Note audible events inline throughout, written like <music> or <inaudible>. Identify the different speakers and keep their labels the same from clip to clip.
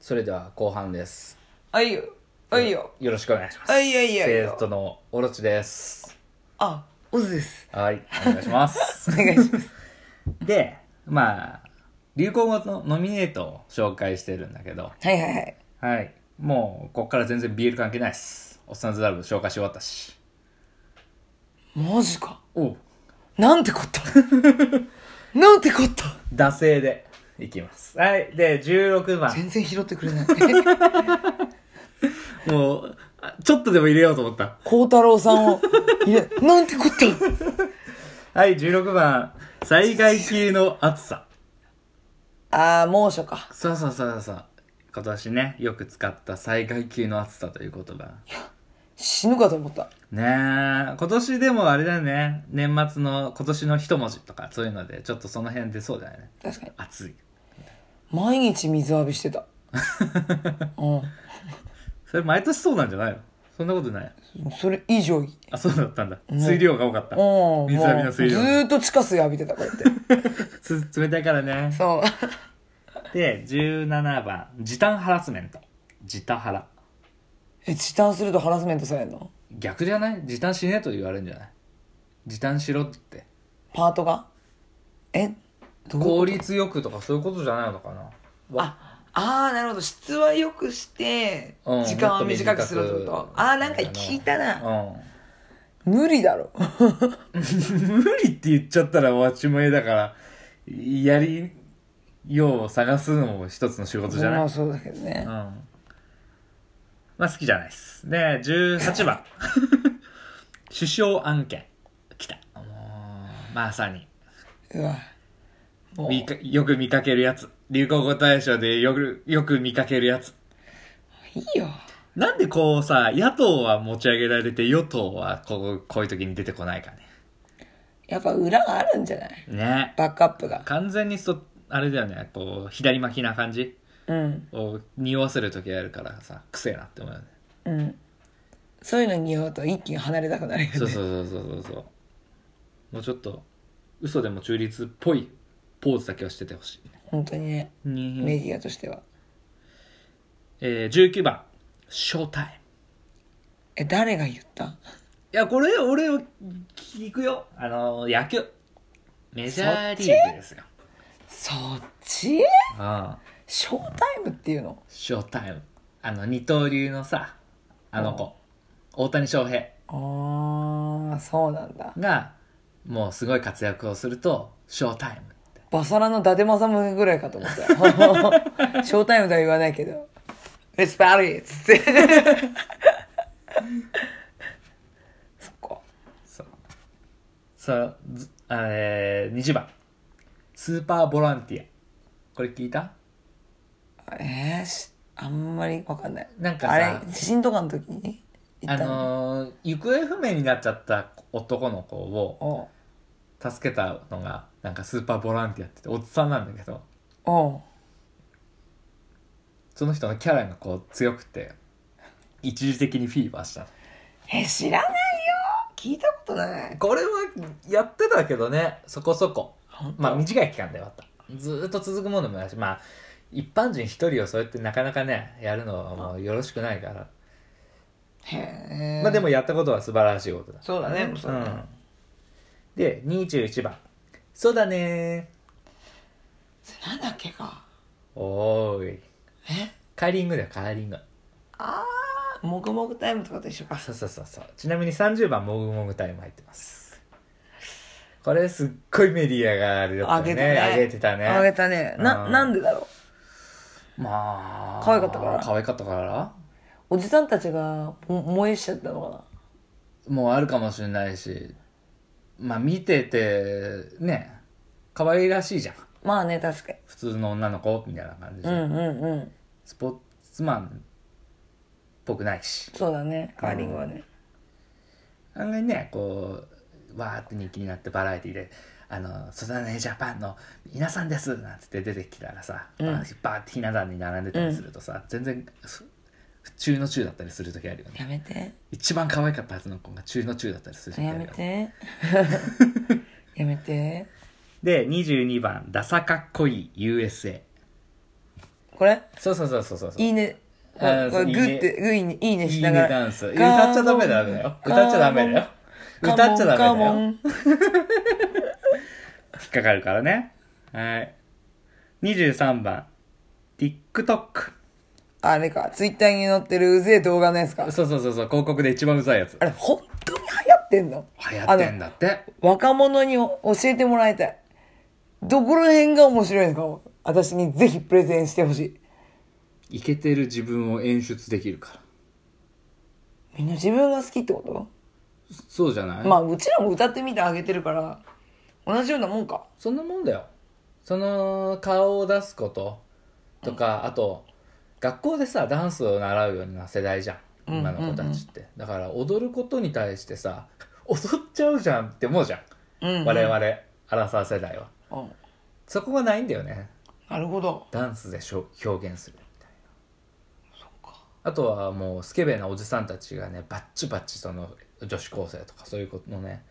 Speaker 1: それでは後半です
Speaker 2: あいよあいよ
Speaker 1: よろしくお願いします
Speaker 2: あいやいやい
Speaker 1: 生
Speaker 2: や
Speaker 1: 徒のオロチです
Speaker 2: あオズです
Speaker 1: はいお願いします
Speaker 2: お願いします
Speaker 1: <laughs> でまあ流行語のノミネートを紹介してるんだけど
Speaker 2: <laughs> はいはいはい
Speaker 1: はいもうこっから全然ビール関係ないっすおっさんずラブ紹介し終わったし
Speaker 2: マジか
Speaker 1: お
Speaker 2: なんてこった <laughs> なんてこった
Speaker 1: 惰性でいきますはいで16番
Speaker 2: 全然拾ってくれない
Speaker 1: <laughs> もうあちょっとでも入れようと思った
Speaker 2: <laughs> 孝太郎さんを入れなんてこった
Speaker 1: はい16番災害級の暑さ
Speaker 2: ああ猛暑か
Speaker 1: そうそうそうそう今年ねよく使った災害級の暑さという言葉
Speaker 2: 死ぬかと思った
Speaker 1: ねえ今年でもあれだよね年末の今年の一文字とかそういうのでちょっとその辺出そうだよね
Speaker 2: 確かに
Speaker 1: 暑い
Speaker 2: 毎日水浴びして <laughs> たう
Speaker 1: それ毎年そうなんじゃないのそんなことない
Speaker 2: んそれ以上いい
Speaker 1: あそうだったんだ水量が多かった
Speaker 2: うん
Speaker 1: 水浴び
Speaker 2: も
Speaker 1: の
Speaker 2: うず
Speaker 1: 水量が
Speaker 2: ーっと地下水浴びてたこうやって
Speaker 1: つ冷たいからね
Speaker 2: そう
Speaker 1: で17番時短ハラスメント時短ハラ
Speaker 2: <laughs> え時短するとハラスメントされるの
Speaker 1: 逆じゃない時短しねえと言われるんじゃない時短しろって
Speaker 2: パートがえどういう
Speaker 1: 効
Speaker 2: こと
Speaker 1: 率よくとかそういうことじゃないのかな
Speaker 2: ああーなるほど質は良くして
Speaker 1: うん
Speaker 2: 時間は短くするってこ
Speaker 1: もっと短
Speaker 2: と
Speaker 1: く
Speaker 2: ああなんか聞いたな
Speaker 1: う
Speaker 2: 無理だろ
Speaker 1: ん無理って言っちゃったらおちもえだからやりよう探すのも一つの仕事じゃない、う
Speaker 2: まあ
Speaker 1: ん、
Speaker 2: そうだけどね
Speaker 1: まあ好きじゃないですで18番 <laughs> 首相案件来たもうまさに
Speaker 2: うわもう
Speaker 1: 見かよく見かけるやつ流行語大賞でよくよく見かけるやつ
Speaker 2: いいよ
Speaker 1: なんでこうさ野党は持ち上げられて与党はこうこういう時に出てこないかね
Speaker 2: やっぱ裏があるんじゃない
Speaker 1: ね
Speaker 2: バックアップが
Speaker 1: 完全にそあれだよねこう左巻きな感じ
Speaker 2: うん
Speaker 1: を匂わせる時あるからさ癖なって思うよね
Speaker 2: うんそういうのに言うと一気に離れたくなるよね
Speaker 1: そうそうそうそうそうそうもうちょっと嘘でも中立っぽいポーズだけはしててほし
Speaker 2: 本当にね
Speaker 1: い、ね
Speaker 2: メディアとしては
Speaker 1: えー、19番ショータイム
Speaker 2: え誰が言った
Speaker 1: いやこれ俺を聞くよあの野球メジャーリーグですよ
Speaker 2: そっち
Speaker 1: ああ
Speaker 2: ショータイムっていうの
Speaker 1: ショータイムあの二刀流のさあの子大谷翔平
Speaker 2: ああそうなんだ
Speaker 1: がもうすごい活躍をするとショータイムって
Speaker 2: バサラの伊達政宗ぐらいかと思ったよ <laughs> ショータイムとは言わないけど「レスパーリー」っつって <laughs> そっか
Speaker 1: そうそうずあれ20番スーパーボランティアこれ聞いた
Speaker 2: えー、しあんまりわかんない
Speaker 1: なんかさ
Speaker 2: あれ地震とかの時に行
Speaker 1: あ
Speaker 2: ったの
Speaker 1: のー行方不明になっちゃった男の子を
Speaker 2: おう
Speaker 1: 助けたのがなんかスーパーボランティアって言っておっさんなんだけど
Speaker 2: おう
Speaker 1: その人のキャラがこう強くて一時的にフィーバーしたの
Speaker 2: え知らないよ聞いたことない
Speaker 1: これはやってたけどねそこそこ
Speaker 2: 本当
Speaker 1: まあ短い期間で終わったずーっと続くものもだしまあ一般人一人をそうやってなかなかねやるのはもうよろしくないから、
Speaker 2: へえ
Speaker 1: まあでもやったことは素晴らしいことだ
Speaker 2: そうだねそうだね
Speaker 1: ん、で21番「そうだね
Speaker 2: それなんだっけか
Speaker 1: ーおーい
Speaker 2: え
Speaker 1: カーリングだよカーリング
Speaker 2: ああもぐもぐタイムとかと一緒か
Speaker 1: そうそうそうそうちなみに30番「もぐもぐタイム」入ってますこれすっごいメディアがあれだったよね
Speaker 2: あげ
Speaker 1: 上てたね
Speaker 2: あげたねな
Speaker 1: うん
Speaker 2: なんでだろう
Speaker 1: まあ
Speaker 2: 可愛かったから
Speaker 1: 可愛かったから
Speaker 2: おじさんたちがも燃えしちゃったのかな
Speaker 1: もうあるかもしれないしまあ見ててね可愛らしいじゃん
Speaker 2: まあね確かに
Speaker 1: 普通の女の子みたいな感じで、
Speaker 2: うんうんうん
Speaker 1: スポーツマンっぽくないし
Speaker 2: そうだねカーリングはね、
Speaker 1: 案外ねこうわーって人気になってバラエティで「あのソダネジャパンの皆さんです」なんつって出てきたらさ、
Speaker 2: うん
Speaker 1: バーってひな壇に並んでたりするとさ、全然ふ中の中だったりする時あるよね
Speaker 2: やめて
Speaker 1: 一番可愛かったはずの子が中の中だったりする時あ
Speaker 2: や
Speaker 1: るよ
Speaker 2: め
Speaker 1: ね
Speaker 2: て <laughs> やめて
Speaker 1: で22番「ダサかっこいい USA」
Speaker 2: これ
Speaker 1: そうそうそうそうそうそう
Speaker 2: いいね。
Speaker 1: あ
Speaker 2: こ
Speaker 1: ー
Speaker 2: これ
Speaker 1: いい
Speaker 2: グ
Speaker 1: ね
Speaker 2: ーって、グーいいねいいね
Speaker 1: い
Speaker 2: し
Speaker 1: い
Speaker 2: な
Speaker 1: ね
Speaker 2: がら。
Speaker 1: ダンス歌っちゃダメだよ歌っちゃダメだよ歌っちゃダメだ
Speaker 2: カモ
Speaker 1: よ
Speaker 2: ン。カモン
Speaker 1: 引っかかるからねはい23番 TikTok
Speaker 2: あれか、ツイッターに載ってるうぜえ動画のやつか。
Speaker 1: そうそうそうそう広告で一番うざいやつ
Speaker 2: あれ、本当に流行ってんの
Speaker 1: 流行ってん
Speaker 2: あ
Speaker 1: だって
Speaker 2: の若者に教えてもらいたい。どこら辺が面白いのかを、私にぜひプレゼンしてほしい。
Speaker 1: イケてる自分を演出できるから
Speaker 2: みんな自分が好きってこと
Speaker 1: そうじゃない、
Speaker 2: まあ、うちらも歌ってみてあげてるから、同じようなもんか。
Speaker 1: そんなもんだよその顔を出すこととか、あと学校でさダンスを習うような世代じゃん今の子たちって、だから踊ることに対してさ <laughs> 踊っちゃうじゃんって思うじゃん、
Speaker 2: うん、うん。
Speaker 1: 我々アラサー世代は
Speaker 2: うん
Speaker 1: そこがないんだよね
Speaker 2: なるほど。
Speaker 1: ダンスでしょ表現するみたいなあとはもうスケベなおじさんたちがねバッチバッチその女子高生とかそういうことのね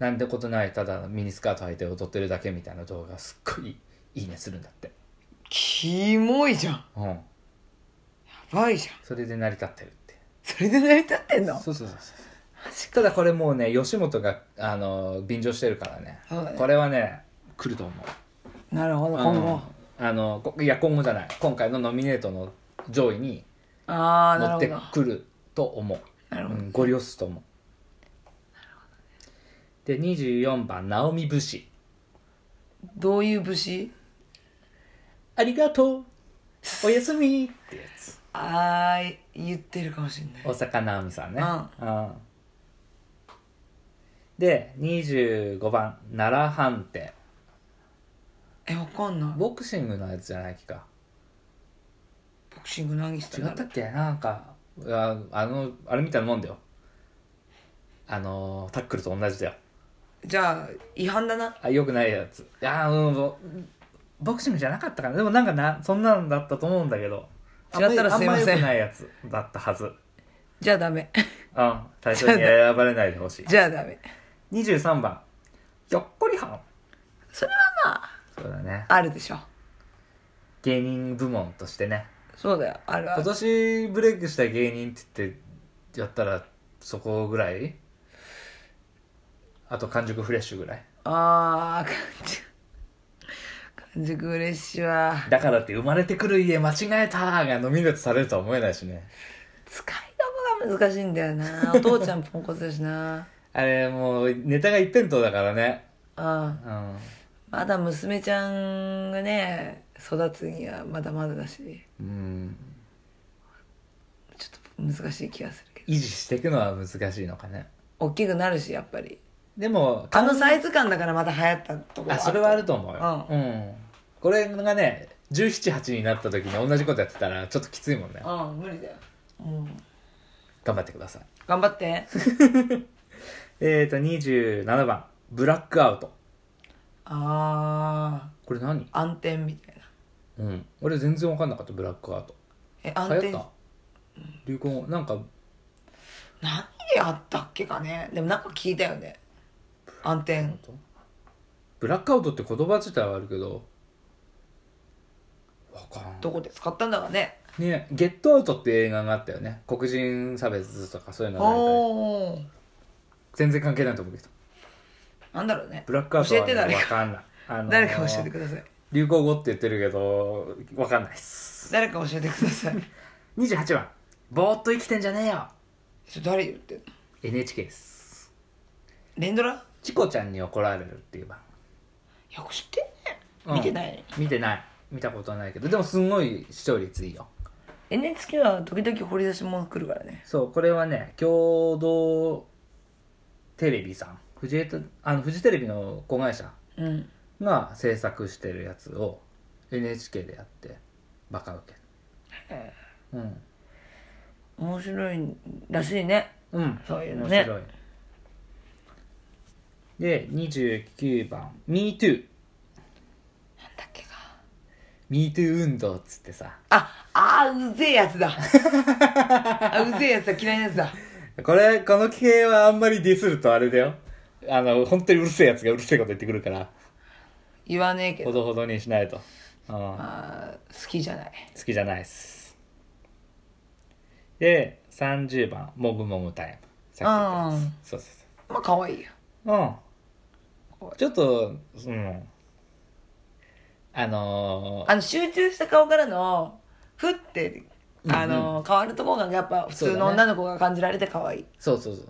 Speaker 1: なんてことないただミニスカート履いて踊ってるだけみたいな動画すっごいいいねするんだって
Speaker 2: キモいじゃん。や
Speaker 1: うん
Speaker 2: ばいじゃん。
Speaker 1: それで成り立ってるって
Speaker 2: それで成り立ってんの
Speaker 1: そうそうそうただこれもうね吉本があの便乗してるからね
Speaker 2: そうだね
Speaker 1: これはね来ると思う
Speaker 2: なるほど、
Speaker 1: あ
Speaker 2: 今後
Speaker 1: の。あのこいや今後じゃない今回のノミネートの上位に
Speaker 2: ああ、な
Speaker 1: 乗って
Speaker 2: るほど。
Speaker 1: くると思う
Speaker 2: なるほど
Speaker 1: うん、ゴリ押すと思うで24番ナオミ武士
Speaker 2: どういう武士
Speaker 1: ありがとうおやすみってやつ
Speaker 2: あー、言ってるかもしんない。
Speaker 1: 大阪なおみさんね
Speaker 2: う
Speaker 1: うんで25番奈良判定
Speaker 2: え、わかんない。ボ
Speaker 1: ボクシングのやつじゃないっけか
Speaker 2: クシング何して
Speaker 1: 違
Speaker 2: んの
Speaker 1: ったっけなんかああのあれみたいなもんだよあのタックルと同じだよ
Speaker 2: じゃあ、違反だな。
Speaker 1: あよくないやついやあのボクシングじゃなかったかなでもなんかなそんなんだったと思うんだけど
Speaker 2: 違ったらすいません
Speaker 1: あんまり良くないやつだったはずうん
Speaker 2: じゃあダメ。 <laughs>
Speaker 1: 対象に選ばれないでほしい
Speaker 2: じゃあダメ。
Speaker 1: 23番ひょっこりはん
Speaker 2: それはま
Speaker 1: そうだね
Speaker 2: あ、あるでしょ。
Speaker 1: 芸人部門としてね
Speaker 2: そうだよ、あるあ
Speaker 1: 今
Speaker 2: る。
Speaker 1: 年ブレイクした芸人って言ってやったらそこぐらいあと完熟フレッシュぐらい
Speaker 2: あー、完熟。完熟嬉しいわ。
Speaker 1: だからって生まれてくる家間違えたーがノミネートされるとは思えないしね
Speaker 2: 使いどこが難しいんだよ
Speaker 1: <laughs>
Speaker 2: な。お父ちゃんポンコツだしな。
Speaker 1: あれもうネタが一辺倒だからね
Speaker 2: うん。
Speaker 1: うん
Speaker 2: まだ娘ちゃんがね、育つにはまだまだだし、
Speaker 1: うん
Speaker 2: ちょっと難しい気がするけど。
Speaker 1: 維持していくのは難しいのかね
Speaker 2: 大きくなるし、やっぱり。
Speaker 1: でも
Speaker 2: あのサイズ感だからまた流行ったとこ
Speaker 1: あそれはあると思うよ、
Speaker 2: うん
Speaker 1: これがね178になった時に同じことやってたらちょっときついもんね
Speaker 2: うん無理だよ、うん、
Speaker 1: 頑張ってください
Speaker 2: 頑張って
Speaker 1: えーと27番ブラックアウト
Speaker 2: あ
Speaker 1: これ何
Speaker 2: あ暗転みたいな
Speaker 1: うん俺全然分かんなかったブラックアウト
Speaker 2: え暗
Speaker 1: 流
Speaker 2: 転
Speaker 1: 行った流行語なんか
Speaker 2: 何であったっけかねでもなんか聞いたよね暗転
Speaker 1: ブラックアウトって言葉自体はあるけど分かん
Speaker 2: どこで使ったんだかね
Speaker 1: ねゲットアウトって映画があったよね黒人差別とかそういうのがあったり
Speaker 2: おお
Speaker 1: 全然関係ないと思うけど
Speaker 2: なんだろうね
Speaker 1: ブラックアウト
Speaker 2: 教え
Speaker 1: は、
Speaker 2: て
Speaker 1: ね、
Speaker 2: 誰
Speaker 1: 分
Speaker 2: か
Speaker 1: かんない、あのー
Speaker 2: 誰か教えてくだ
Speaker 1: <laughs>
Speaker 2: さい
Speaker 1: 流行語って言ってるけど分かんないっす
Speaker 2: 誰か教えてください
Speaker 1: 28番「ぼーっと生きてんじゃねえよ
Speaker 2: それ誰言ってんの」
Speaker 1: NHK です
Speaker 2: 連ドラよ
Speaker 1: チコちゃんに怒られるっていう番
Speaker 2: く知ってんね、
Speaker 1: うん
Speaker 2: 見てない
Speaker 1: 見てない見たことはないけどでもすんごい視聴率いいよ
Speaker 2: NHK は時々掘り出し物来るからね
Speaker 1: そうこれはね共同テレビさんフジエタあのフジテレビの子会社
Speaker 2: うん
Speaker 1: が制作してるやつを NHK でやってバカウケうん
Speaker 2: 面白いらしいね
Speaker 1: うん
Speaker 2: そういうの
Speaker 1: 面
Speaker 2: ね
Speaker 1: 白いで29番「MeToo」
Speaker 2: なんだっけか
Speaker 1: 「MeToo 運動」っつってさ
Speaker 2: あ、あーうぜえやつだ。あうぜえやつだ、嫌いなやつだ。
Speaker 1: これこの系はあんまりディスるとあれだよあの本当にうるせえやつがうるせえこと言ってくるから
Speaker 2: 言わねえけ
Speaker 1: ほ <laughs>
Speaker 2: ど。
Speaker 1: どほどにしないとうん
Speaker 2: あー好きじゃない
Speaker 1: 好きじゃないっすで30番「もぐもぐタイム」さっき言ったや
Speaker 2: うん
Speaker 1: つそうそう
Speaker 2: まあ可愛いよ
Speaker 1: そううんちょっとうんあのー
Speaker 2: あの集中した顔からのふってあの、変わるとこがやっぱ普通の女の子が感じられて可愛い、
Speaker 1: そうそうそう、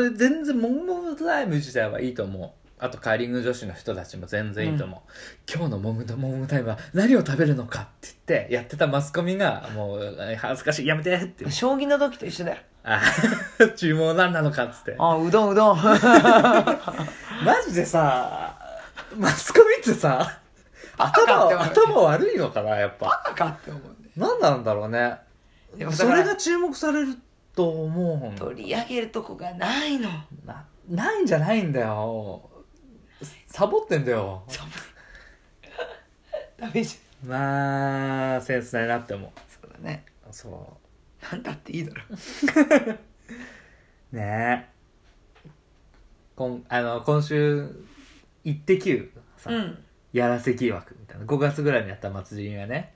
Speaker 1: 俺全然「もぐもぐタイム」自体はいいと思うあとカーリング女子の人たちも全然いいと思う、今日のもぐともぐタイムは何を食べるのかって言ってやってたマスコミがもうえ恥ずかしいやめてって
Speaker 2: 将棋の時と一緒だよ
Speaker 1: あ注文何なのかっつって
Speaker 2: あうどんう <laughs> どん
Speaker 1: マジでさ、マスコミってさ、頭
Speaker 2: かって
Speaker 1: は、
Speaker 2: 思う
Speaker 1: 頭悪いのかな、やっぱ。
Speaker 2: バカかって思うね
Speaker 1: 何なんだろうね
Speaker 2: で。もだ
Speaker 1: そ
Speaker 2: から
Speaker 1: れが注目されると思う
Speaker 2: 取り上げるとこがないの
Speaker 1: な。ないんじゃないんだよ。サボってんだよ。
Speaker 2: ダメじ
Speaker 1: まあ、センスないなって思
Speaker 2: ゃんそうだね
Speaker 1: う。そ
Speaker 2: なんだっていいだろ
Speaker 1: う。ねえこん、あの、今週、イッテ Q さ、
Speaker 2: うん
Speaker 1: やらせ疑惑みたいな5月ぐらいにやった祭りが <laughs> ね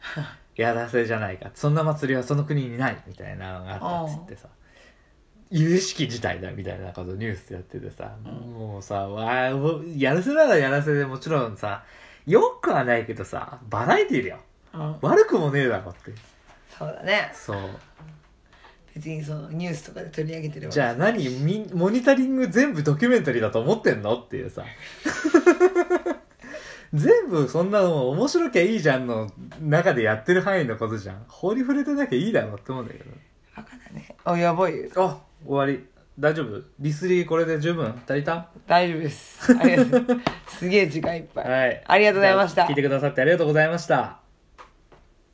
Speaker 1: やらせじゃないかそんな祭りはその国にないみたいなのがあったっつってさ有識事態だみたいなことニュースやっててさ、もうさわあもうやらせならやらせでもちろんさよくはないけどさバラエティーだよ
Speaker 2: うん
Speaker 1: 悪くもねえだろって
Speaker 2: そうだね
Speaker 1: そう
Speaker 2: 別にそのニュースとかで取り上げてれば
Speaker 1: じゃあ何みモニタリング全部ドキュメンタリーだと思ってんのっていう <laughs> さ全部そんなの面白きゃいいじゃんの中でやってる範囲のことじゃん放り触れてなきゃいいだろうって思うんだけ
Speaker 2: バカだねあやばいよ
Speaker 1: どあ終わり大丈夫リスリーこれで十分足りた
Speaker 2: 大丈夫 <laughs> ですありがとうすげえ時間いっぱい、
Speaker 1: はい
Speaker 2: ありがとうございました
Speaker 1: じゃあ聞いてくださってありがとうございました